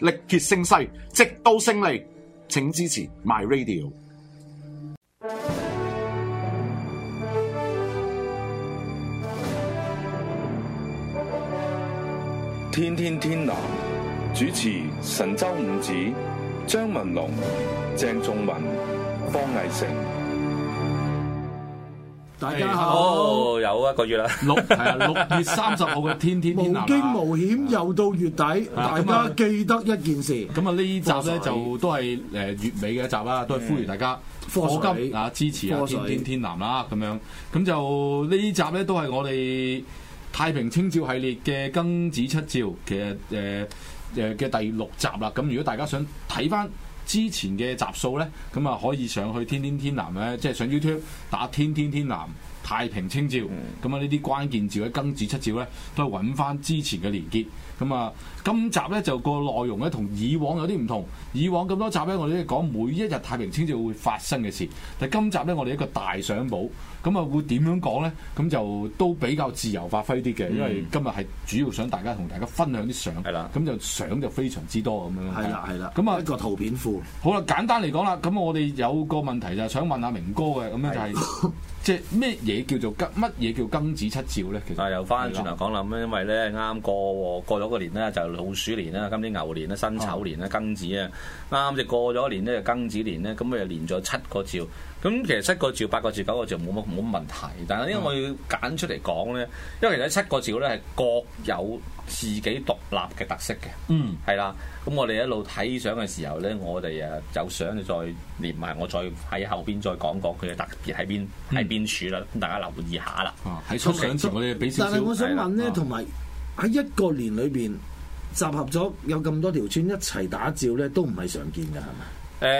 力竭勝勢，直到勝利。請支持 My Radio。天天天南主持神州五子張文龍、鄭仲文、方毅成。大家好，好，哦有一個月啦，六系哦啊，六月三十號嘅天天無天南啊驚無險又到月底，大啊家記得一件事，咁啊呢集咧科水就都係誒月尾嘅一集啦，都係呼籲大家科水課金啊支持啊科水天天天南啦咁樣，咁就呢集咧都係我哋太平清照系列嘅庚子七照，其實誒誒嘅第六集啦。咁如果大家想睇翻。之前嘅集數咧，咁啊可以上去天天天南咧，即係上 YouTube 打天天天南太平清照，咁啊呢啲關鍵字嘅庚子七照咧，都係揾翻之前嘅連結。咁啊，今集咧就個內容咧同以往有啲唔同。以往咁多集咧，我哋都講每一日太平清照會發生嘅事，但今集咧我哋一個大相簿，咁啊會點樣講咧？咁就都比較自由發揮啲嗯嘅，因為今日係主要想大家同大家分享啲相，係啦咁就相就非常之多咁樣。係啦係啦，咁啊一個圖片庫，好啦，簡單嚟講啦，咁我哋有個問題就係想問下明哥嘅，咁樣就係、即係咩嘢叫做庚乜嘢叫庚子七照咧？其 實啊又翻轉頭講啦，咁因為咧啱過過咗個年咧就老鼠年啦，今年牛年啦、辛丑年啦、庚子啊，啱就過咗年咧就庚子年咧，咁佢就連咗七個照，咁其實七個照、八個照、九個照冇乜冇乜問題，但係因為我要揀出嚟講咧，因為其實七個照咧係各有自己獨立嘅特色嘅。嗯。係啦，咁我哋一路睇相嘅時候咧，我哋誒有相就再連埋，我再喺後邊再講講佢嘅特別喺邊喺邊處啦，咁大家留意下啦。啊！喺出相前，我哋俾少但少係我想問係咧，啦啊同埋喺一個年裏邊集合咗有咁多條村一齊打照咧，都唔係常見㗎，係咪？誒、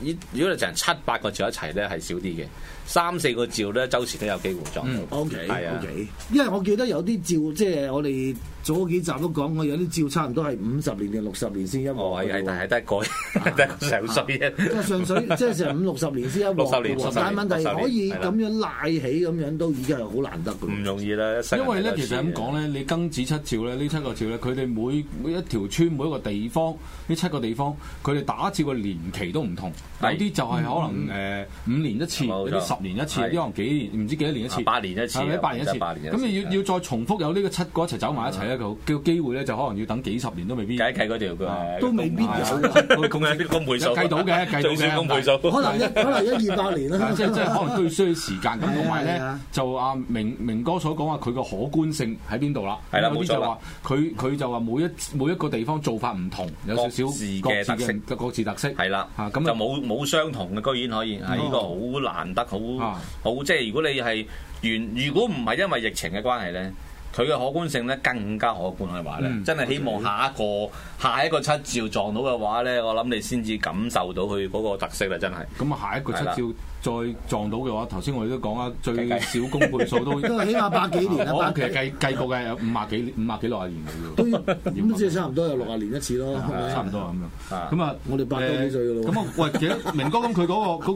以如果你成七八個照一齊咧，係少啲嘅，三四個照咧，周時都有機會撞到。 O K 係 O 啊 K，因為我記得有啲照，即係我哋早嗰幾集都講過，有啲照差唔多係五十年定六十年先一鑊哦，係㗎係，但喎。係得一 個得一個上水即 啫。係上水，即係成五六十年先一鑊60年㗎喎60但係年問題60可以年係啦咁樣賴起咁樣，都已經係好難得㗎唔喎。容易啦，因為咧，其實咁講咧，你庚子七照咧，呢七個照咧，佢哋每每一條村、每一個地方，呢七個地方，佢哋打照嘅年期都唔同，有係嗯啲就係可能誒五年一次，有冇錯啲十年一次，有係啲可能幾年唔知幾多年一次啊，八年一次係咪啊八年一次？八年一次咁你要係嗯要再重複有呢個七個一齊走埋一齊咧，佢嘅機會咧就可能要等幾十年都未必計一計嗰條嘅，都未必有㗎。有公 嘅公倍數，計到嘅計到最嘅少公倍數。可能一可能一二百年啦啊。即係 即係可能都要需要時間咁，係啊同埋係咧啊就阿明明哥所講話佢個可觀性喺邊度啦？係啦有啲冇錯就啦話佢佢就話每一每一個地方做法唔同，有少少各自嘅特色各各自特色。係啦，啊咁咁就冇冇相同嘅，居然可以係呢個好難得，好啊好即係如果你係原，如果唔係因為疫情嘅關係咧。佢嘅可觀性咧更加可觀，係話咧，嗯真係希望下一個下一個七照撞到嘅話咧，我諗你先至感受到佢嗰個特色啦，真係。咁啊，下一個七係啦招再撞到嘅話，頭先我哋都講啦，啊最計計少公倍數 都。都起碼百幾哦年啦，我百其幾實計計過嘅有五廿幾五廿幾六廿年嚟都嘅要喎，咁即係差唔多有六十年一次咯，係咪差唔多咁樣。啊咁啊，我哋百多幾歲㗎喇喎誒咁啊，喂，其實明哥咁佢嗰個嗰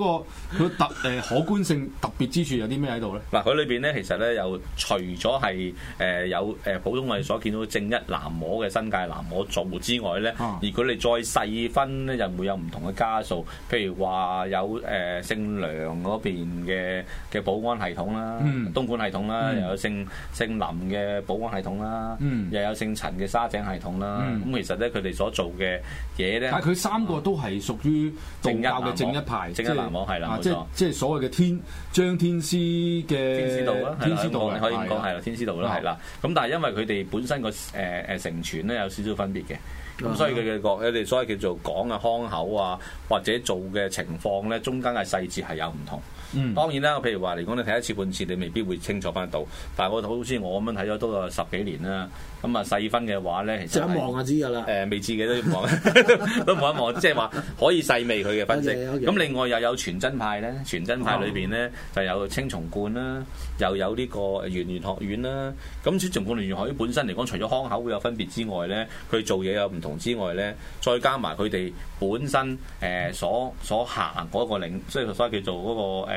個佢特誒可觀性特別之處有啲咩喺度咧？嗱，佢裏邊咧其實咧有除咗係誒有誒普通我哋所見到正一喃嘸嘅新界喃嘸做之外咧，啊而佢哋再細分咧就會有唔同嘅家數，譬如話有誒、呃、姓梁嗰邊嘅嘅保安系統啦，嗯東莞系統啦，嗯又有姓姓林嘅保安系統啦，嗯又有姓陳嘅沙井系統啦。咁、嗯其實咧佢哋所做嘅嘢咧但。係佢三個都係屬於道教嘅正一派，正一南王即係啦冇啊錯即係即係所謂嘅天張天師嘅天師道啦，係天啦師道你可以咁講係啦，天師道啦，啊係啦。咁但係因為佢哋本身個誒誒成傳咧有少少分別嘅。咁所以佢啊嘅講，佢哋所謂叫做講嘅腔口啊，或者做嘅情況咧，中間嘅細節係有唔同。嗯當然啦，譬如話嚟講，你睇一次半次，你未必會清楚翻到。但係我好似我咁樣睇咗都有十幾年啦。咁啊細分嘅話咧，就其實一係啊望就知噶啦誒、。未知嘅都要望， 都望一望，即係話可以細味佢嘅分析。咁 OK，OK 哦另外又有全真派咧，全真派裏邊咧就有青松觀啦，又有呢個圓玄學院啦。咁青松觀、圓玄學院本身嚟講，除咗腔口會有分別之外咧，佢做嘢有唔同之外咧，再加埋佢哋本身誒、所所行嗰個領，所以所謂叫做嗰、個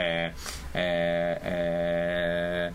誒誒誒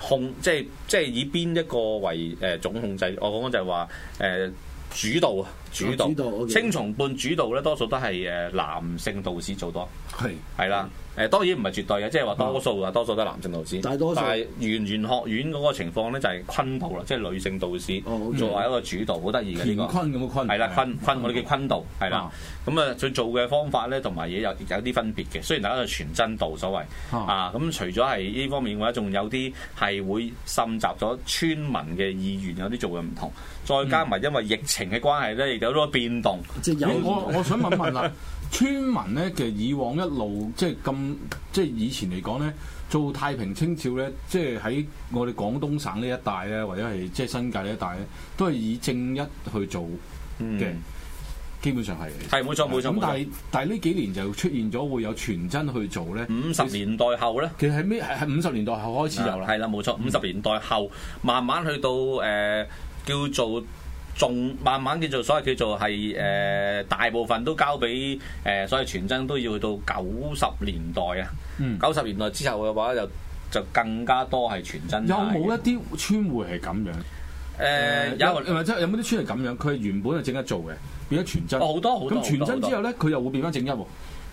控，即係即係以邊一個為誒、呃總控制？我講緊就係話誒。主導啊，主導，哦主導，OK 青松半主導咧，多數都係誒男性道士做多，係係啦。誒當然唔係絕對嘅，即係話多數啊，多數都係男性道士。大多數但係圓玄學院嗰個情況咧，就係坤道啦，即係女性道士哦，OK 作為一個主導，好得意嘅呢乾個。坤咁嘅坤，係啦，坤坤我哋叫坤道，係啦啊。咁啊，佢做嘅方法咧，同埋嘢有有啲分別嘅。雖然大家係全真道所謂啊啊，咁除咗係呢方面嘅話，仲有啲係會滲集咗村民嘅意願，有啲做嘅唔同。再加埋因為疫情嘅關係咧，亦有好多變動。即係有咦我我想問問啦， 村民咧其實以往一路即係咁，即係以前嚟講咧，做太平清照咧，即係喺我哋廣東省呢一帶啊咧，或者係即係新界呢一帶咧，都係以正一去做嗯嘅，基本上係。係冇錯冇錯咁冇但錯。係但係呢幾年就出現咗會有全真去做咧，五十年代後咧。其實係咩？係係五十年代後開始有啦。啊係啦，冇嗯錯，五十年代後慢慢去到誒、呃叫做。仲慢慢叫做所謂叫做係誒、呃大部分都交俾誒、呃所謂全真都要去到九十年代啊，嗯九十、年代之後嘅話就就更加多係全真有派嘅。冇一啲村會係咁樣？誒、有有唔係即係有冇啲村係咁樣？佢係原本係正一做嘅，變咗全真。哦好多好多咁全真之後咧，佢又會變翻正一喎。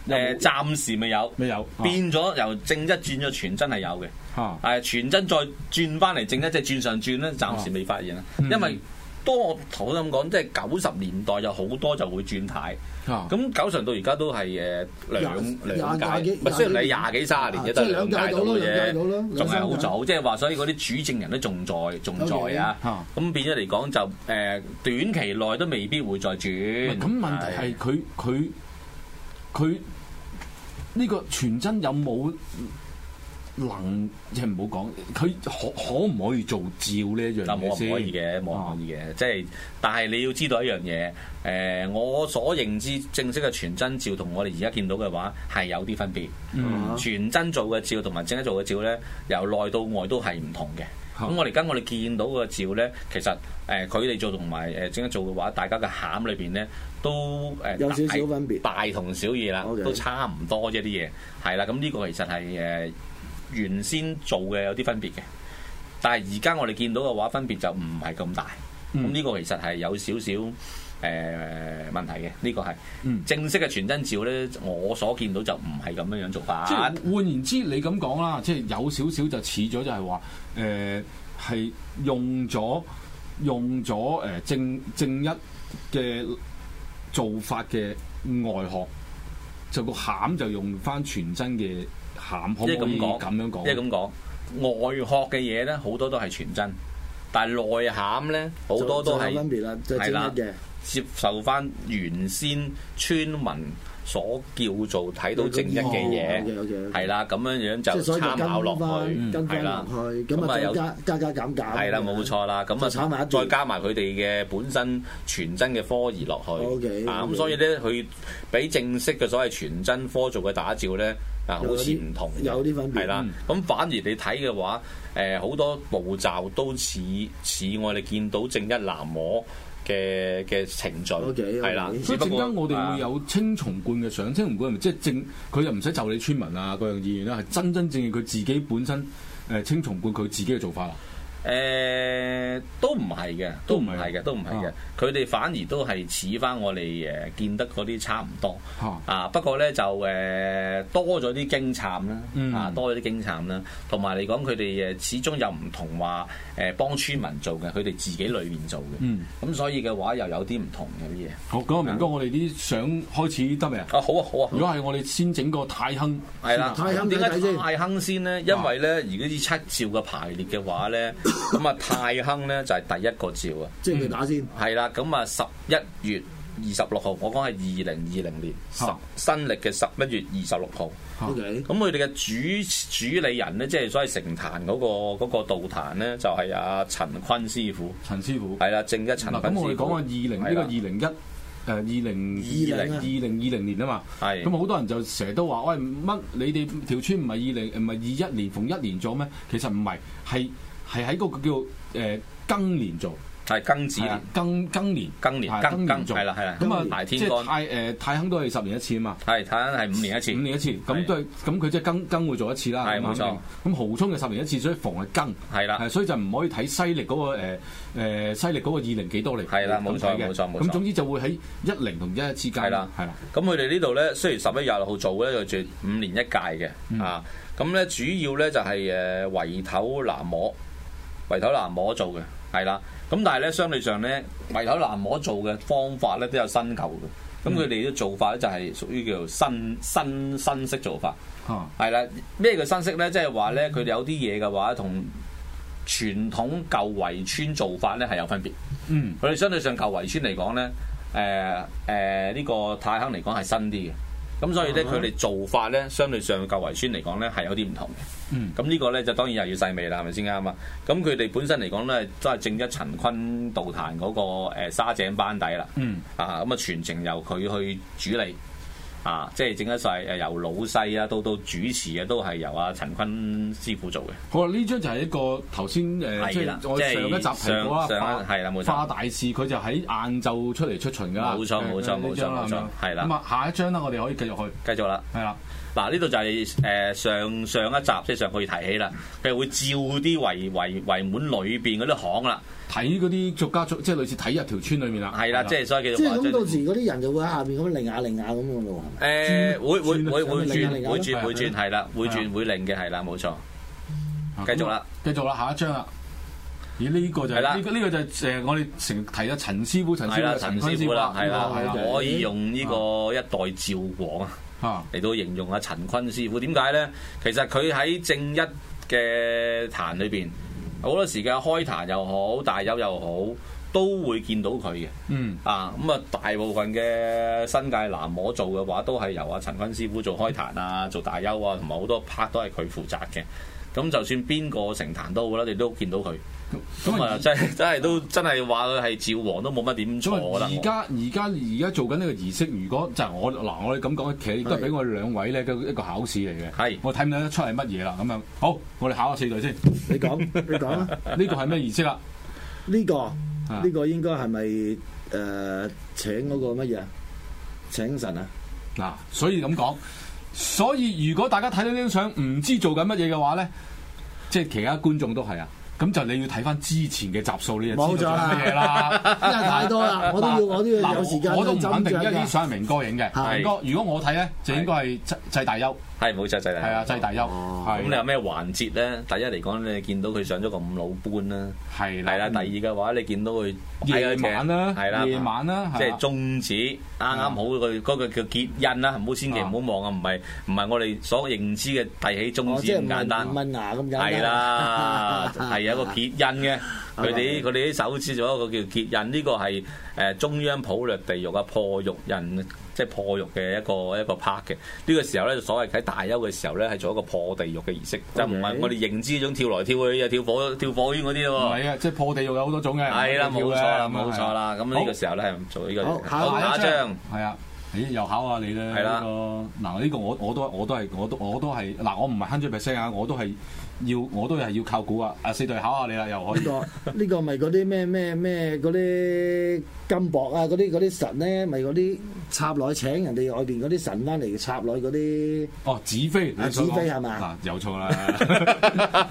誒、呃、暫時未有未有啊變咗由正一轉咗全真係有嘅。嚇係全真再轉翻嚟正一隻轉上轉咧，暫時未發現啦。啊嗯因為多我頭先咁講，即係九十年代有好多就會轉態。嚇咁九成到而家都係誒兩哦廿兩廿屆幾，唔係雖然你廿廿幾幾卅年啊嘅，即都係係兩屆兩屆到到咯兩屆到咯嘅啫，仲係兩好三屆早，即係話所以嗰啲主政人都仲在仲在 OK，啊啊。咁變咗嚟講就誒短期內都未必會再轉。咁問題係佢佢佢呢個全真有冇能即係唔好講，佢可可唔可以做照呢一樣嗱，冇嘢話先？唔可以嘅，冇話唔可以嘅，即係但係你要知道一樣嘢，誒、我所認知正式嘅全真照同我哋而家見到嘅話係有啲分別。嗯全真做嘅照同埋正一做嘅照咧，由內到外都係唔同嘅。嚇咁我哋而家我哋見到嘅照咧，其實誒佢哋做同埋誒正一做嘅話，大家嘅餡裏邊咧都誒、有少大少分別大同小異啦 OK 都差唔多啫啲嘢。係啦，咁呢個其實係誒、呃原先做嘅有啲分別嘅，但係而家我哋見到嘅話分別就唔係咁大。咁嗯呢、個其實係有少少誒問題嘅，呢、個係嗯正式嘅全真照咧，我所見到就唔係咁樣樣做法。即係換言之，你咁講啦，即係有少少就似咗，就係話誒係用咗用咗誒正正一嘅做法嘅外殼，就個餡就用翻全真嘅餡，可唔即係可咁以講，咁樣即係講？咁講，外殼嘅嘢咧好多都係全真，但係內餡咧好多都就有分係別啦，就係係啦正一嘅。接受翻原先村民所叫做睇到正一嘅嘢，嘢係啦，咁樣樣即係就所以就參考落去，跟翻跟係翻啦。落去，咁咁啊啊再有加加加減減。係啦，冇。錯啦，就咁炒埋一啊，碟再加埋佢哋嘅本身全真嘅科儀落去， OK，啊，咁 OK 所以咧，佢比正式嘅所謂全真科做嘅打照咧，啊，有好似啲唔同嘅，有啲分別嗯係啦，咁反而你睇嘅話，誒好多步驟都似似我哋見到正一喃嘸嘅嘅程序， OK，OK 係啦，所以只不陣過間我哋啊會有青松觀嘅相，青松觀係咪即係正佢又唔使就你村民啊嗰樣意願啦，係真真正正佢自己本身誒青松觀佢自己嘅做法啦。誒、呃都唔係嘅，都唔係嘅，都唔係嘅啊。佢哋反而都係似翻我哋誒見得嗰啲差唔多啊啊。不過咧就誒、多咗啲驚慚啦，嗯啊多咗啲驚慚啦。同埋嚟講，佢哋誒始終又唔同話誒、幫村民做嘅，佢哋自己裏面做嘅。咁、嗯所以嘅話又有啲唔同嘅啲嘢。好，咁啊，明哥，我哋啲相開始得未啊？啊好啊好啊。如果係我哋先整個太亨，係啦，太咁坑點睇睇解先太坑先咧？因為咧，如果以七照嘅排列嘅話咧，咁啊泰亨咧就係、第一個照啊，即係佢打先。係啦，咁啊十一月二十六號，我講係二零二零年十啊新歷嘅十一月二十六號。 O K，咁佢哋嘅主主理人咧，即係所謂成壇嗰、個嗰、個道壇咧，就係、阿陳坤師傅，陳師傅。係啦，正一陳嗱，坤咁我師哋講傅個二。零呢係個啦二零一誒二零二零啊二零二零年啊嘛，係咁好多人就成日都話：喂乜你哋條村唔係二零唔係二一年逢一年做咩？其實唔係，係係喺嗰個叫誒庚年做，係庚子係年、啊庚庚年庚年、係庚庚年庚做係啦係啦，咁庚啊，大即天係干太誒太亨都係十年一次啊嘛。係睇緊係五年一次五。年一次，咁係都係咁佢即係庚庚會做一次啦，係冇錯肯定。咁豪衝嘅十年一次，所以逢係庚，係啦係所以就唔可以睇西歷嗰、個誒、呃西歷嗰個二零幾多嚟，係啦冇錯咁睇嘅冇錯冇錯咁總之就會喺一零同一一之間，係啦係啦，咁佢哋呢度咧，雖然十一廿六號做咧，就住五年一屆嘅、啊。咁咧主要咧就係誒圍頭南摸，圍頭南摸做嘅，係啦。咁但係咧，相對上咧，圍頭南摸做嘅方法咧都有新舊嘅。咁佢哋啲做法咧就係屬於叫做新新新式做法，嚇係啦。咩叫新式咧？即係話咧，佢哋有啲嘢嘅話同傳統舊圍村做法咧係有分別。嗯佢哋相對上舊圍村嚟講咧，誒誒呢個泰亨嚟講係新啲嘅，咁所以咧佢哋做法咧，相對上舊圍村嚟講咧係有啲唔同嘅。嗯咁呢個咧就當然又要細味啦，係咪先啱啊？咁佢哋本身嚟講咧，都係正一陳坤道壇嗰個誒沙井班底啦。嗯啊，咁啊全程由佢去主理。啊，即係整一晒誒，由老細啊到到主持啊，都係由阿陳坤師傅做嘅。好啦，呢張就係一個頭先呃誒，即係啦係我即上係一集提過啦，上啊上化係啦冇錯化大事佢就喺晏晝出嚟出巡㗎啦，冇錯冇錯誒呢張啦冇錯咁樣冇錯係啦咁啊下一張啦，我哋可以繼續去，繼續啦。係啦，嗱，呢度就係、誒、上上一集即係上個月提起啦，佢哋會照啲圍圍圍門裏邊嗰啲巷啦，睇嗰啲俗家族，即係類似睇入條村裏面啦，係啦，即係所以叫即做係咁到時誒、嗰啲人就會喺下邊咁零下零下咁嘅 咯，係咪？會會會會轉轉會轉會轉係係啦，會轉會令嘅係啦，冇錯，繼續啦，啊繼續啦，下一張啦。咦？呢個就係係啦呢個呢個就係誒，我哋成日提咗陳師傅、陳師係啦，傅、陳坤師傅啊啦，呢係啦，個係啊係啦啦可以用呢個一代趙廣啊啊嚟到形容阿陳坤師傅，點解咧？其實佢喺正一嘅壇裏邊，好多時嘅開壇又好，大休又好，都會見到佢嘅。嗯啊，咁啊，大部分嘅新界南模做嘅話，都係由阿陳坤師傅做開壇啊，做大休啊，同埋好多拍都係佢負責嘅。咁就算邊個成壇都好啦，你都見到佢。咁咁啊啊，。真係真係都真係話佢係趙王都冇乜點咁啊錯啦。而家而家而家做緊呢個儀式，如果就係我嗱，我哋咁講，其實亦都係俾我哋兩位咧嘅一個考試嚟嘅。係我睇唔睇得出係乜嘢啦？咁樣好，我哋考下四 隊先。呢你講，你講啊！個係咩儀式啦？呢個呢個應該係咪誒請嗰個乜嘢啊？請神 啊！嗱，所以咁講，所以如果大家睇到呢張相唔知做緊乜嘢嘅話咧，即係其他觀眾都係啊，咁就你要睇翻之前嘅集數，你就知道做緊乜嘢啦。因為太多啦，我都要我都要 嗱有時間我我都唔肯定，因斟酌為啲㗎相係明哥影嘅。係明哥，如果我睇咧，就應該係祭祭大休，哦係冇錯，就係係嗯啊，祭大休，咁你有係咩環節咧？第一嚟講，你見到佢上咗個五老官啦，係係啦。第二嘅話，你見到佢夜晚啦係啦，夜晚啦，即係係啦中指啱啱好佢嗰個叫結印啦，唔好千祈啊唔好望啊，唔係唔係我哋所認知嘅遞起中哦，即指係咁唔簡單係唔，問牙咁簡單。 係啦，啊 係有一個結印嘅，佢哋係佢哋啲手指做一個叫結印，呢個係誒中央普略地獄啊破獄印，即係破獄嘅一個一個 part 嘅。呢個時候咧，所謂喺大休嘅時候咧，係做一個破地獄嘅儀式，就唔係我哋認知嗰種跳來跳去啊、跳火跳火圈嗰啲唔咯喎。係啊，即係破地獄有好多種嘅，係啦，冇有嘅錯啦，咁啊樣冇錯。啦。咁呢個時候咧係做呢個好下好下一哦一張張。係啊。咦，又考下你咧？係啦呢個嗱呢個我我都我都係我都我都係嗱，我唔係 hundred percent 啊，我都係要我都係要靠估啊！啊四隊考下你啦，又可以呢。個呢個咪嗰啲咩咩咩嗰啲金箔啊，嗰啲嗰啲神咧，咪嗰啲插落去請人哋外邊嗰啲神翻嚟插落去嗰啲， 哦，子飛，啊你所講子飛係嘛嗱，有錯啦。唔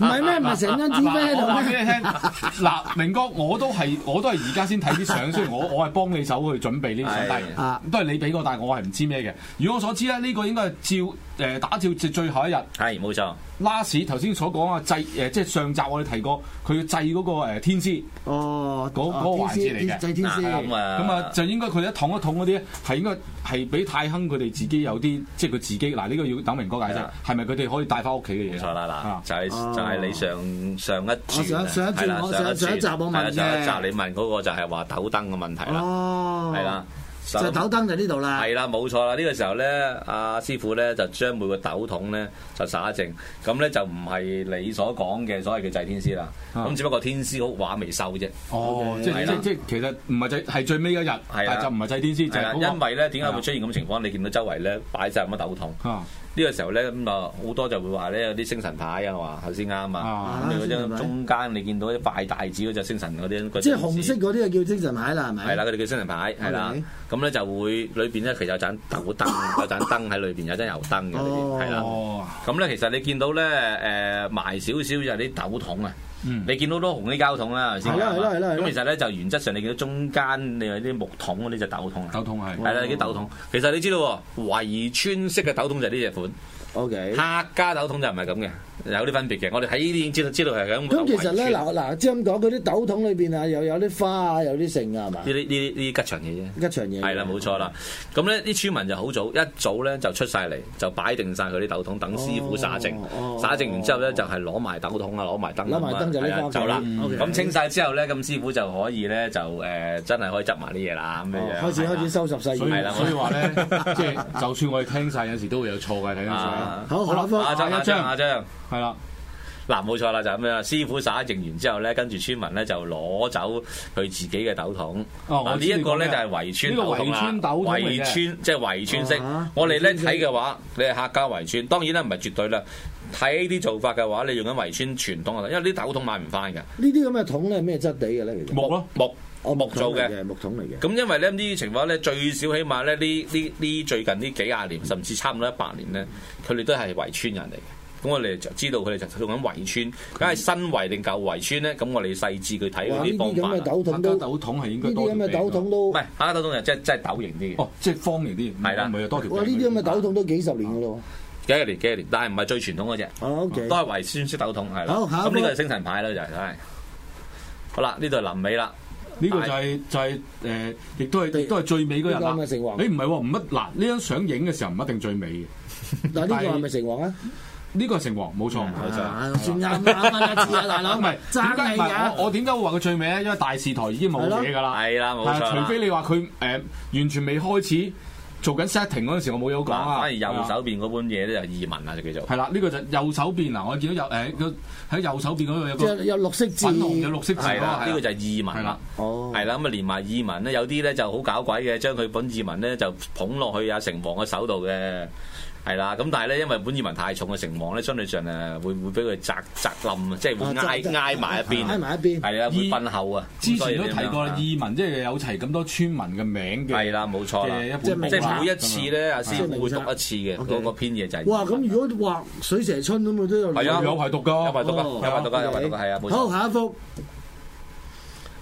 係咩？唔係成間紙飛喺嗱我話度俾咩？你聽，嗱，明哥， 我都係我都係而家先睇啲相，雖然我我係幫你手去準備呢啲相，係但係啊都係你俾我但係我係唔知咩嘅。如果我所知咧，呢、個應該係照誒、呃打照最最後一日。係冇錯，拉屎頭先所講啊，祭誒、即係上集我哋提過，佢要祭嗰個呃天師，哦，嗰啊嗰個環節嚟天嘅師祭天嗱咁師，啊，咁啊就應該佢一桶一桶嗰啲咧，係應該係俾太亨佢哋自己有啲，即係佢自己嗱呢、個要等明哥解係釋啊，係咪佢哋可以帶翻屋企嘅嘢？冇錯啦啊，嗱，就係就係你上上一哦我轉啊，上上一轉係啦我上上一集我問係啦嘅上一集你問嗰個就係話斗燈嘅問題啦，哦，係啦，就斗燈就呢度啦，係啦，冇錯啦。呢、個時候咧，阿、師傅咧就將每個斗桶咧就灑淨，咁咧就唔係你所講嘅所謂嘅祭天師啦。咁、啊只不過天師好畫未收啫，哦，即係係啦啊即即係其實唔係祭係最尾一日，但係就唔係祭天師，就係啦係、啊嗰因個為咧點解會出現咁情況？你見到周圍咧擺晒咁多斗桶，呢、啊個時候咧咁啊好多就會話咧有啲星辰牌啊話頭先啱啊。啊咁你嗰啊星辰張牌中間你見到一塊大紙嗰隻星辰嗰啲，嗰即係張紅色紙嗰啲就叫精神牌啦，係咪？係啦，佢哋叫星辰牌，係啦 OK，咁咧就會裏邊咧其實有盞斗燈， 有盞燈喺裏邊，有盞油燈嘅裏邊，係啦。啊哦，咁咧，其實你見到咧，誒、埋少少就係啲斗桶啊，嗯你見到好多紅啲膠桶啦，係咪先係啦係啦係啦係啦咁其實咧就原則上你見到中間你有啲木桶嗰啲就斗桶哦啊，斗桶係係啦啲斗桶。其實你知道喎，圍村式嘅斗桶就係呢只款， ，OK。客家斗桶就唔係咁嘅，有啲分別嘅。我哋睇呢啲已經知道知道係咁。咁其實咧，嗱嗱，即係咁講，嗰啲斗桶裏邊啊，又有啲花啊，有啲剩啊，係嘛？呢啲呢啲呢啲吉祥嘢啫。一場嘢係啦，冇錯啦。咁咧，啲村民就好早一早咧就出晒嚟，就擺定晒佢啲斗桶，等師傅灑淨哦哦。灑淨完之後哦咧，就係攞埋斗桶啊，攞埋燈咁啊，攞埋燈就拎係返啊屋企走啦。嗯，OK 咁清晒之後咧，咁師傅就可以咧就誒真係可以執埋啲嘢啦，咁樣樣。哦開始係啦啊開始收拾細所以係啦嘢。所以話咧， 即係就算我哋聽晒，有時都會有錯嘅，睇緊上啊好，好啦，阿張下阿張一張阿張。係啦，嗱，冇錯啦，就咁樣啦。師傅灑淨完之後咧，跟住村民咧就攞走佢自己嘅斗桶。哦我啊嗱呢知你一個咧就講咩係圍村呢個斗桶啦圍村斗桶嚟嘅圍村即係圍村式啊。我哋咧睇嘅話，你係客家圍村，當然啦，唔係絕對啦。睇呢啲做法嘅話，你用緊圍村傳統啊嘅，因為啲斗桶買唔翻嘅，呢啲咁嘅桶咧，係咩質地嘅咧？其實木咯，木哦木做桶嚟嘅。木桶嚟嘅。咁因為咧呢啲情況咧，最少起碼咧呢呢呢最近呢幾廿年，甚至差唔多一百年咧，佢哋都係圍村人嚟嘅。咁我哋就知道佢哋就用緊圍村，梗係新圍定舊圍村咧。咁我哋細緻去睇哇！嗰呢啲啲咁嘅方法啦。啊斗客桶家都，斗桶係應呢該啲多條咁嘅柄㗎斗桶都唔，係客家斗桶就真係真係斗型啲嘅，哦，即係方形啲，係啦唔係多條柄。哇！呢啲咁嘅斗桶都幾十年嘅咯哦幾廿年幾廿年，但係唔係最傳統嗰只，喎。O K，都係圍村式斗桶係啦。好下一個咁呢個係星辰牌啦，就係係。好啦，呢度係臨尾啦，呢個就係就係誒，亦都係亦都係最尾嗰日呢個啦係。咪成王你唔係喎，唔一嗱呢張相影嘅時候唔一定最尾嘅，嗱呢個係咪城隍啊？呢個係城隍冇錯。冇錯啊算啱啱啱知啊，大佬，唔係點爭啊解唔你係㗎。我我點解會話佢最尾咧？因為大視台已經冇嘢㗎啦，係啦，冇錯係啊啦除。非你話佢誒完全未開始做緊 setting 嗰陣時，我冇嘢好講嗱，啊。反而右手邊嗰本嘢咧就移民啊啦，就叫做。係啦，呢個就右手邊嗱，我見到右誒個喺右手邊嗰度有即個係有綠色字。粉紅嘅綠色字係嗰個啦，呢個係啊就係移民係啦啦。哦，係啦，咁啊連埋意文咧，有啲咧就好搞鬼嘅，將佢本意文咧就捧落去阿啊成王嘅手度嘅，係啦。咁但係咧，因為本意文太重嘅啊成王咧，相對上誒會會俾佢砸砸冧，即係會啊挨側挨埋一邊，啊挨埋一邊係啦，會意崩後啊。之前都咁所以提過你咁啦，樣意民即係有齊咁多村民嘅名嘅。係啦，冇錯啦嘅一，本即即係名冊係每一次咧，阿師即傅會係名讀冊一次嘅 OK 嗰個篇嘢就係意文。哇！咁如果畫水蛇春咁，都有。係啊有排讀㗎，有排讀噶，哦有排讀噶，有排讀噶，係啊，冇好，錯。下一幅。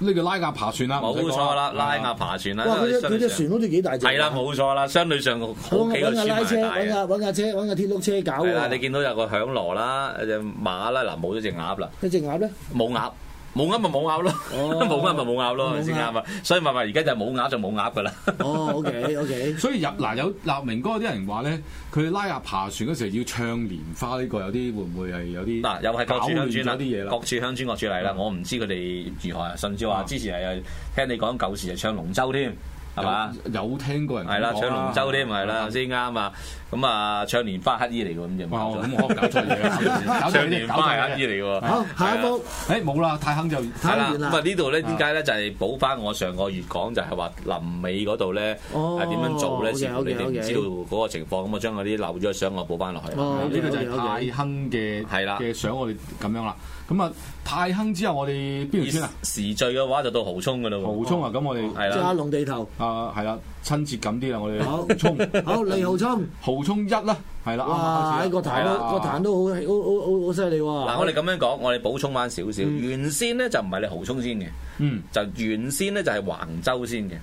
呢個拉架爬船啦，唔啊使冇講錯啦，拉亞爬船啦，哇！佢只相佢對隻上船好似幾大隻。係啦，冇錯啦，相對上好幾個揾村架民拉車，係大揾嘅架。揾架車，揾架鐵碌車搞係啦，你喎。見到有個響螺啦，有隻馬啦，嗱冇咗隻鴨啦，一隻鴨咧，冇鴨。冇鴨咪冇鴨咯，哦 冇鴨咪冇鴨咯，係咪先冇鴨啱啊！所以咪咪而家就冇鴨就冇鴨噶啦。哦，OK，OK，所以入嗱有立明哥啲人話咧，佢拉下爬船嗰時候要唱蓮花呢個有啲會唔會係有啲嗱，又係各搞處鄉亂村咗啲嘢啦，啦各？處鄉村各處嗯嚟啦。我唔知佢哋如何啊，甚至話啊之前係聽你講舊時就唱龍舟添，係嘛？有？有聽過人係啦，講唱啊龍舟添，係啦，先啱啊！咁啊，唱蓮花乞衣嚟㗎，咁就唔哇！搞哦咁錯 我可能搞錯嘢啦，搞唱錯嘢蓮搞花錯係乞衣嘢。嚟㗎喎。好，下一係啦幅誒冇啦，太亨就睇係啦，完咁啦啊呢度咧點解咧就係補翻我上個月講就係話臨尾嗰度咧哦係點樣做咧， OK，似乎你哋唔 OK，OK 知道嗰個情況，咁我啊將嗰啲漏咗嘅相我補翻落去。啊哦呢個就係 OK，OK，OK 太亨嘅係啦嘅相，我哋咁樣啦。咁啊，太亨之後我哋邊條村啊？時序嘅話就到蠔涌噶啦濠喎，涌啊，咁我哋係就阿啦，龍地頭。 啊係啦，親切感啲啦，啊我哋好濠涌好，李浩聰，濠涌一啦，係啦，哇！啱啱開始啦啊個壇係都啦個壇都好好好好好犀利喎。嗱我哋咁樣講，我哋補充翻少少，原先咧就唔係你蠔涌先嘅，嗯就原先咧就係橫州先嘅。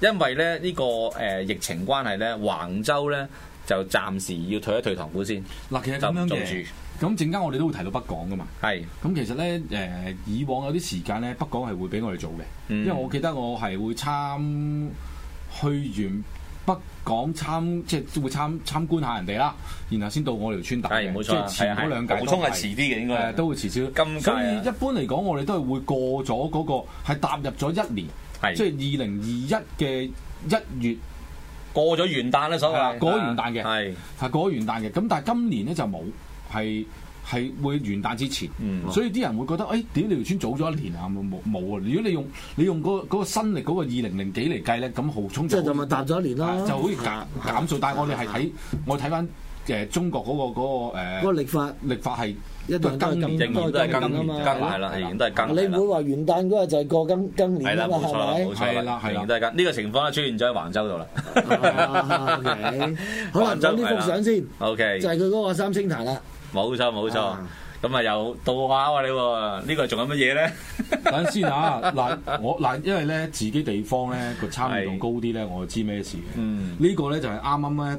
因為咧呢、個誒、疫情關係咧，橫州咧就暫時要退一退堂鼓先，嗱，其實就咁唔樣做嘅住，。咁陣間我哋都會提到北港噶嘛。係咁其實咧，誒、呃以往有啲時間咧，北港係會俾我哋做嘅，嗯因為我記得我係會參去完北港參，即係會參參觀下人哋啦，然後先到我條村打嘅，係冇即錯係啊，前啊嗰兩屆普都通係遲啲嘅應該誒係。都會遲少。今屆所以啊一般嚟講，我哋都係會過咗嗰、個係踏入咗一年，係即係二零二一嘅一月過咗元旦啦，所係啦謂過咗元旦嘅係係過咗元旦嘅。咁但係今年咧就冇，係係會元旦之前。嗯所以啲人會覺得，誒、哎屌你條村早咗一年啊，冇冇冇啊！如果你用你用嗰、嗰個新歷嗰個二零零幾嚟計咧，咁豪衝即就係就咪好搭咗一年啊咯，就好似減減數，但係我哋係睇我睇翻誒中國嗰、個嗰、個嗰呃個歷法歷法 係一定都係都係更仍然都係更年更係啦，仍然都係更你係唔啦會話元旦嗰日就係過更更係年啦，啊嘛，冇錯啦，係冇咪？錯係啦啦，係啦仍然都係咁。呢個情況咧出現咗喺橫州度 啦。啊，OK 好啦，講呢幅相先， O K，就係佢嗰個三星壇啦。冇錯冇錯啊。咁啊又到下喎你喎，呢個仲有乜嘢咧？等陣先啊！嗱，我嗱，因為咧自己地方咧個參與度高啲咧，我就知咩事嘅。嗯呢個咧就係啱啱咧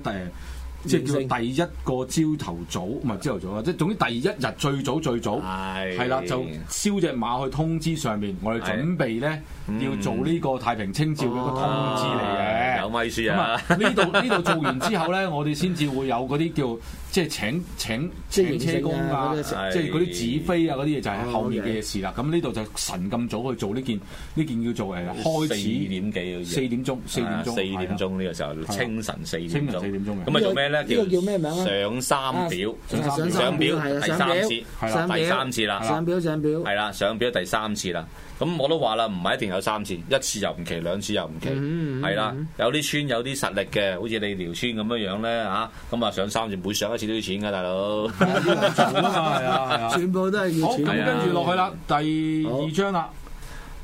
第即係叫第一個朝頭早，唔係朝頭早啊，即係總之第一日最早最早啊係係啦，就燒只馬去通知上面，我哋係準備咧嗯要做呢個太平清醮嘅一個通知嚟嘅。啊有咪書咁啊啊！，呢度呢度做完之後咧，我哋先至會有嗰啲叫即係請請請車工啊，即係形即式啊嗰啲係嗰啲指揮啊嗰啲嘢就係後面嘅 Okay 事啦。咁呢度就神咁早去做呢件呢件叫做誒開四始點幾好似四點鐘四點鐘啊四點係啊鐘呢個時候，清晨四點清鐘晨四點鐘嘅咁啊做咩咧？呢個叫咩名啊上三表，上三表上表係啦第上三表次，係啦上表第三次啦。上表上表，係啦，上表第三次啦。咁我都話啦，唔係一定有三次，一次又唔奇，兩次又唔奇，嗯嗯嗯係啦、有啲村有啲實力嘅，好似你條村咁樣樣咧嚇，咁啊上三次每上一次都要錢噶，大佬。做啊嘛，係啊係啊。全部都係要好，全咁部係啊跟住落去啦，第好二章啦。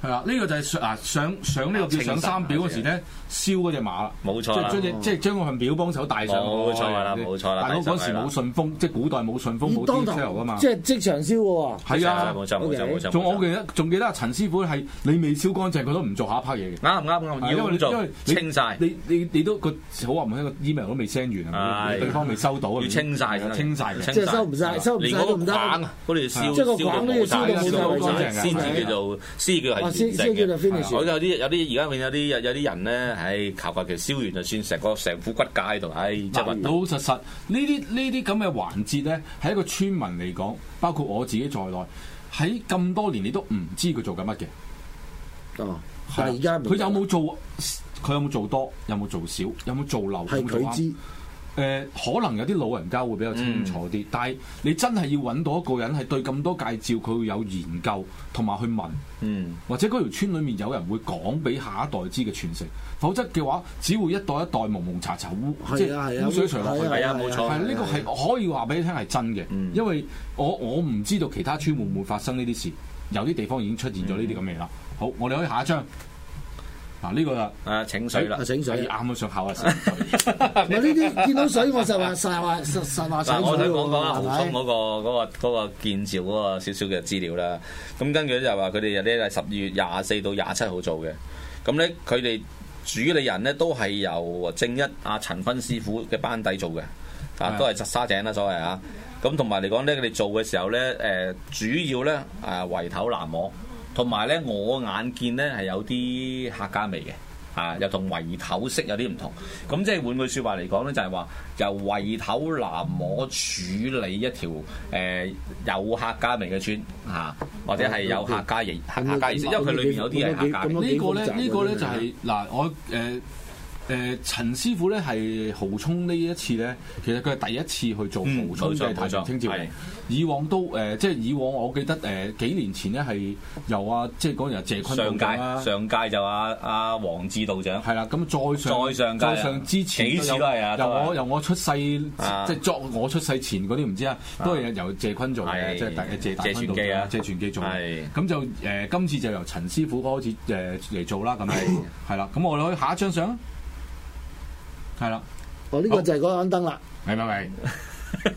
係啦，呢個就係上啊上上呢個叫上三表嗰時咧，燒嗰只馬啦，冇即錯啦係將隻即係將嗰份表幫手帶上去。啊冇錯啦冇錯啦大佬帶上嗰去時啦冇信封，即係古代冇信封冇以 d 當 e t a 噶嘛堂，即。係即哦場燒嘅喎。係啊，冇錯冇 OK 錯冇錯冇錯。仲我記得，仲記得阿陳師傅係你未燒乾淨，佢都唔做下一 part 嘢嘅。啱唔啱啱，係要因為咁你因做為，你啊清晒。你你你都個好話唔聽個 email 都未 send 完啊，係對方未收到啊，要清晒先得清晒嘅清。即係收唔晒，收唔連晒嗰個都唔得。框哦，啊嗰條燒即係個燒到框都要冇晒，燒到燒到冇晒冇晒為止先係至啊叫做先叫係完哦先先成叫嘅做。finish 我。有啲有啲而家永有啲有有啲人咧，唉，求求其燒完就算，成個成副骨架喺度，唉，真係暈嗱，到老。實實呢啲呢啲咁嘅環節咧，喺一個村民嚟講，包括我自己在內，喺咁多年你都唔知佢做緊乜嘅。哦，係啊但係而家佢有冇做？佢有冇做多？有冇做少？有冇做漏？係有冇做佢啱知？誒、可能有啲老人家會比較清楚嗯啲，但係你真係要揾到一個人係對咁多介紹佢會有研究，同埋去問，嗯，或者嗰條村裡面有人會講俾下一代知嘅傳承，否則嘅話，只會一代一代蒙蒙查查污，即係啊係係啊，污水長落去。係啊冇錯係呢個係可以話俾你聽係真嘅，嗯因為我我唔知道其他村會唔會發生呢啲事，有啲地方已經出現咗呢啲咁嘅嘢啦。好，我哋可以下一張。嗱呢個啦，啊，請水啦啊。醒水係啊！啱啱想考下 先。唔係呢啲見到水我就話實話實實話嗱，醒我水想喎講講阿豪係通咪嗰個嗰個嗰個建造嗰個少少嘅資料啦。咁跟住咧就話佢哋有啲係十二月廿四到廿七號做嘅。咁咧佢哋主理人咧都係由正一阿陳芬師傅嘅班底做嘅，啊係都係實沙井啦所謂啊。咁同埋嚟講咧，佢哋做嘅時候咧，誒、主要咧誒圍頭南磨，同埋咧我眼見咧係有啲客家味嘅。啊，又同圍頭式有啲唔同，咁即係換句説話嚟講咧，就係話由圍頭南摸處理一條誒、呃有客家味嘅村啊，或哦者係有客家形客家意識，因為佢裏面有啲係客家咁味樣。都呢幾個複雜喎咧，呢個咧就真係係嗱，我誒誒陳師傅咧係豪衝呢一次咧，其實佢係第一次去做嗯豪衝冇錯嘅太平清冇照錯係以往都誒，即係以往我記得誒幾年前咧係由啊，即係嗰陣啊謝坤上道啦屆上屆就阿阿黃志道長，係啦，咁再上再上屆啊再上之前幾次都係啊由都係我由我出世即啊係作我出世前嗰啲唔知啊，都係由謝坤做嘅，係即係大謝大謝坤傳做記啊謝傳記做嘅係。咁就誒今次就由陳師傅開始誒嚟做啦，咁樣係啦。咁我哋可以下一張相啊，係啦，哦，呢個就係嗰眼燈啦，明唔明？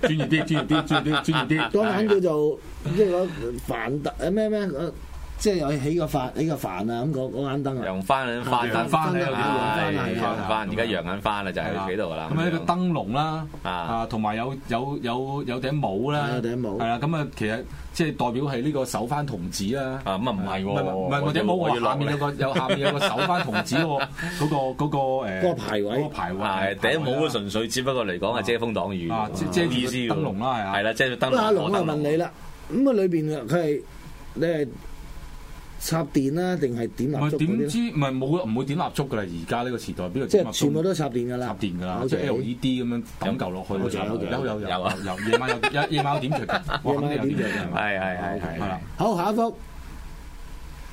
專業啲，專業啲，專業啲，專業啲。嗰眼叫做即係嗰凡特誒咩咩誒即係又起個法起個帆啊咁嗰嗰眼燈啊，揚翻啦，翻揚翻啦啦，揚翻啦揚翻，而家揚緊翻啦，就係幾度噶啦。啊咁啊，一個樣燈籠啦，啊啊，同埋有有有有頂帽啦，係有頂帽係啦。咁啊，其實即係代表係呢個手翻童子啦。啊，咁啊唔係喎，唔係唔係，我我頂要帽我我要下落面有嚟。個有下面有個手翻童子嗰個嗰個嗰個誒嗰個牌位嗰個牌位係頂帽都純粹，只不過嚟講係遮風擋雨啊，遮冇遮住意思燈籠啦係啊係啦，遮住燈咁籠。阿龍攞啊燈籠問你啦，咁啊裏邊啊佢係你係插電啦定係點唔蠟燭係嗰啲點咧知唔係冇唔會點蠟燭㗎啦？而家呢個時代邊度即點蠟燭啊係全部都插電㗎啦，插電㗎啦， OK 即係 LED 咁樣抌嚿落去有㗎啦，有有有有啊有夜晚有夜夜晚有點著㗎，夜晚有點着㗎㗎係係係係啦係。。好下一幅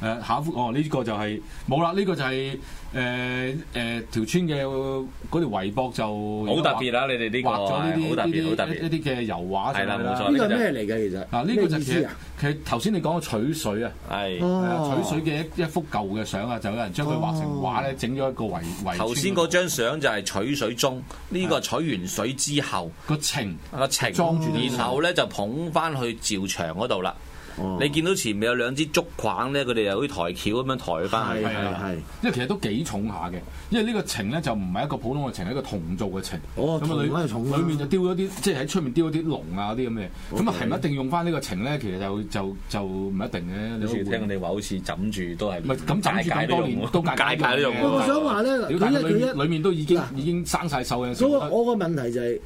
誒下一幅哦，呢、個就係冇啦，呢、個就係誒誒條村嘅嗰條圍脖就好特別啊！你哋呢個畫咗呢係啲好特別，好特呢啲一別。啲嘅油畫上去係啦冇錯呢個係咩嚟㗎？其實嗱呢個就咩意其思實啊？其實頭先你講嘅取水啊，係係啊哦，取水嘅一一幅舊嘅相啊，就有人將佢畫成畫咧，整咗一個圍圍村頭先嗰張相就係取水中，呢個取完水之後。個情個情，啊裝住啲然後咧就捧翻去照牆嗰度啦。哦你見到前面有兩支竹框咧，佢哋又好似抬橋咁樣抬翻係去。係係。啊因為其實都幾重下嘅，因為呢個情咧就唔係一個普通嘅情，係一個銅做嘅情。哦咁啊銅梗係重啦裏面就雕咗啲，即係喺出面雕咗啲龍啊嗰啲咁嘅。咁啊係咪一定用翻呢個情咧？其實就就就唔一定嘅。你好似會聽你話，好似枕住都係，唔係咁枕住界咁界多都用年喎，都界界 界都用嘅喎。我想話咧，屌佢但一係佢裏一面裏面都已經嗱已經生晒鏽嘅時嗰候，個我個問題就係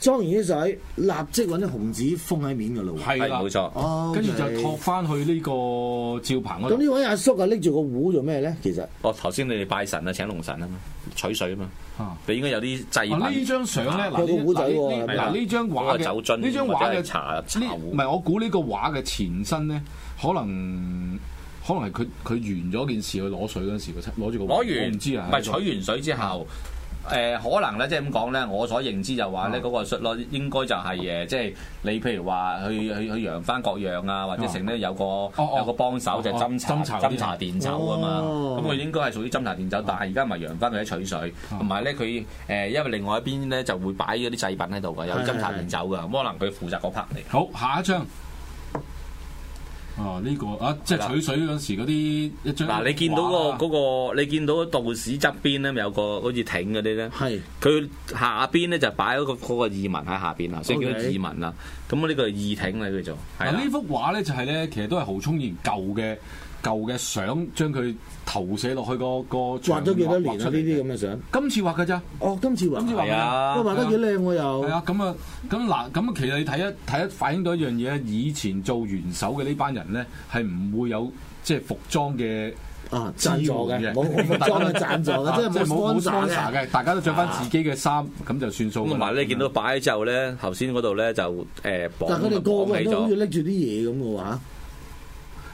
裝完啲水，立即揾啲紅紙封喺面㗎咯喎。係係啦冇，錯。哦，跟住就托托。翻去呢個照棚嗰咁度。呢位阿叔啊，拎住個壺做咩咧？其實哦，頭先你哋拜神啊，請龍神啊嘛，取水啊嘛，啊你應該有啲祭啊呢品。張相咧，嗱有個呢古仔喎嗱呢係啊啦嗱呢張畫嗰個酒嘅樽呢張或畫者嘅係茶茶壺啊呢唔係我估呢個畫嘅前身咧，可能可能係佢佢完咗件事去攞水嗰陣時，佢攞住個攞我完唔知啊，唔係取完水之後。誒、可能咧，即係咁講咧，我所認知就話咧，啊嗰個率咯，應該就係、誒，即係你譬如話去去去揚翻各樣啊，或者成咧有個、哦有個幫手哦就哦斟茶斟茶嗰啲哦斟茶電酒啊嘛，哦咁佢、應該係屬於斟茶電酒，但係而家唔係揚翻佢喺取水，同埋咧佢誒，因為另外一邊咧就會擺咗啲製品喺度㗎，有係斟茶係電酒㗎，咁可能佢負責嗰 part 嚟。好下一張。哦，呢、個啊，即係取水嗰陣時嗰啲一張嗱，你見到個畫啦嗰個，你見到道士側邊咧有個好似艇嗰啲咧。係佢下邊咧就擺咗個嗰個意民喺下邊啦，所以叫做 OK 意民啦。咁呢個係意挺咧叫做，係嗱啦呢。幅畫咧就係咧，其實都係豪衝以前舊嘅舊嘅相，將佢投射落去個個畫咗幾多年啊？呢啲咁，咁嘅相。今次畫㗎咋？哦，今次畫今次畫係㗎咋。啊哇，畫得幾靚喎又係。啊，咁啊，咁嗱，咁其實你睇一睇一反映到一樣嘢，以前做元首嘅呢班人咧，係唔會有即係服裝嘅啊，贊助支嘅，援冇冇服裝嘅贊助哦嘅，即啊係啊即係冇冇冇 sponsor 嘅。sponsor 嘅，大家都着翻自己嘅衫，咁就算數咁㗎啦。同埋你見到擺咗之後咧，頭先嗰度咧就誒綁但係佢哋個個綁人起都好似咗，拎住啲嘢咁嘅話，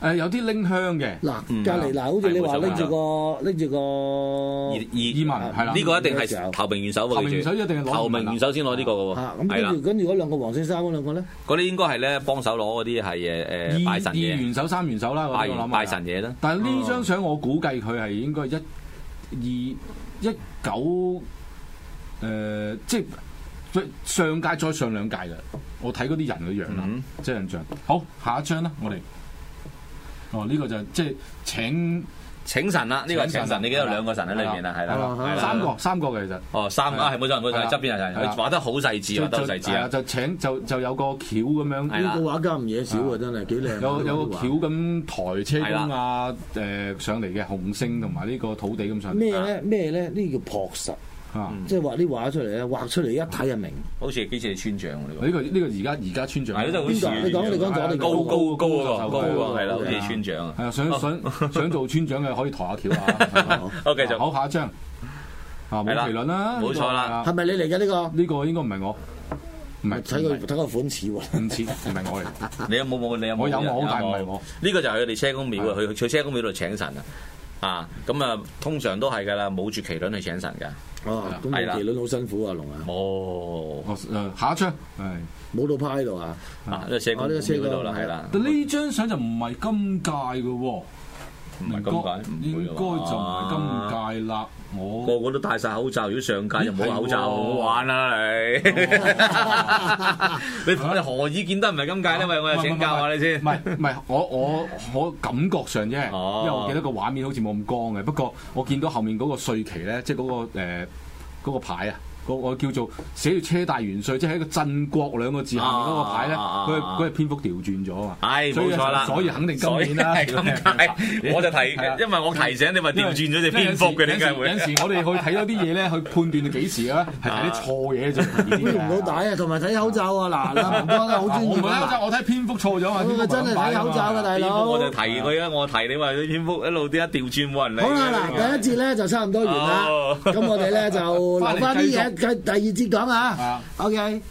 誒有啲拎香嘅嗱嗯隔離嗱，好似你話拎住個啊拎住意個意意民係啦呢個一定係頭名元首頭喎，記名住元首一定係攞啊頭名元首先攞呢個喎嚇，啊咁係啦跟住。跟住嗰兩個黃色衫嗰兩個咧，嗰啲應該係咧幫手攞嗰啲係誒誒拜神二二嘢，元首三元首啦，拜嗰啲我諗啊完係拜神。嘢啦。但係呢張相我估計佢係應該一二一九誒，即係最上屆再上兩屆嘅。我睇嗰啲人嘅樣啦。嗯即係印象。好，下一張啦，我哋。哦，呢、個就係即係請請神啦，呢個係請請神神，你記得有兩個神喺裏面啦，啊係係啦啦，係啦三個三個嘅其實。哦，三個係啦啊係冇錯冇係錯，啦側邊係係佢啦畫得好細緻，畫得好細緻係啊！啊！就請就就有個橋咁係樣，啦呢個畫家唔嘢少啊，真係幾靚啊。有有呢個畫橋咁抬車工啊誒上嚟嘅紅星同埋呢個土地咁上嚟咩咧咩咧？呢叫樸實，啊！即係畫啲畫出嚟咧，畫出嚟一睇就明。好似幾似你村長喎呢個。呢個呢個而家而家村長係咯，就邊好個？似你講你講咗，你高講咗高高嗰個高嗰個係啦，好係啊似村長啊。係啊，想想 想做村長嘅可以抬下橋 啊！好，繼續好下一張啊，係啦冇麒麟啦，冇錯啦呢個啊係咪你嚟嘅呢個？呢個應該唔係我，唔係睇個睇個款似喎。唔似唔係 我嚟，你有冇冇？你有冇？我有我但係唔係有冇我。呢個就係佢哋車公廟啊，去去車公廟度請神啊。啊，咁啊，通常都係㗎啦，冇住麒麟去請神㗎。哦，咁係啦冇麒麟好辛苦啊，龍啊，哦，我誒下一張係。冇到趴喺度啊。啊，呢個車公廟嗰度啦，係啦。但呢張相就唔係今屆嘅喎，唔係咁解，唔會應㗎該就唔嘛。係今屆啦。我個個都戴晒口罩，如果上屆就冇口罩，咦係喎哦好玩啦你！ 你你何以見得唔係今屆呢？喂，我又請教下你先唔。係唔係，我我我感覺上啫，因為哦我記得個畫面好似冇咁光嘅。不過我見到後面嗰個税旗咧，即係嗰個誒嗰個牌啊。嗰我叫做寫住車大元帥，即係喺個鎮國兩個字下面嗰個牌咧，啊啊啊佢係佢係篇幅調轉咗啊！唉，所以冇錯啦，所以肯定今年啦所以係 今屆我就提係啊，因為我提醒你話調轉咗隻蝙蝠嘅，點解會有？時我哋去睇咗啲嘢咧，去判斷幾時咧，係睇啲錯嘢 就唔到帶啊，同埋睇口罩啊，嗱，嗱，唔該啦，好專我業唔係口罩，啊，我睇蝙蝠錯咗啊！佢真係睇口罩嘅大蝙佬。蝠我就提佢啊，我提你話啲蝙蝠一路點解調轉冇人理？好啦，嗱，第一節咧就差唔多完啦哦，咁我哋咧就留翻啲嘢，返嚟佢第二節講啊啊，OK。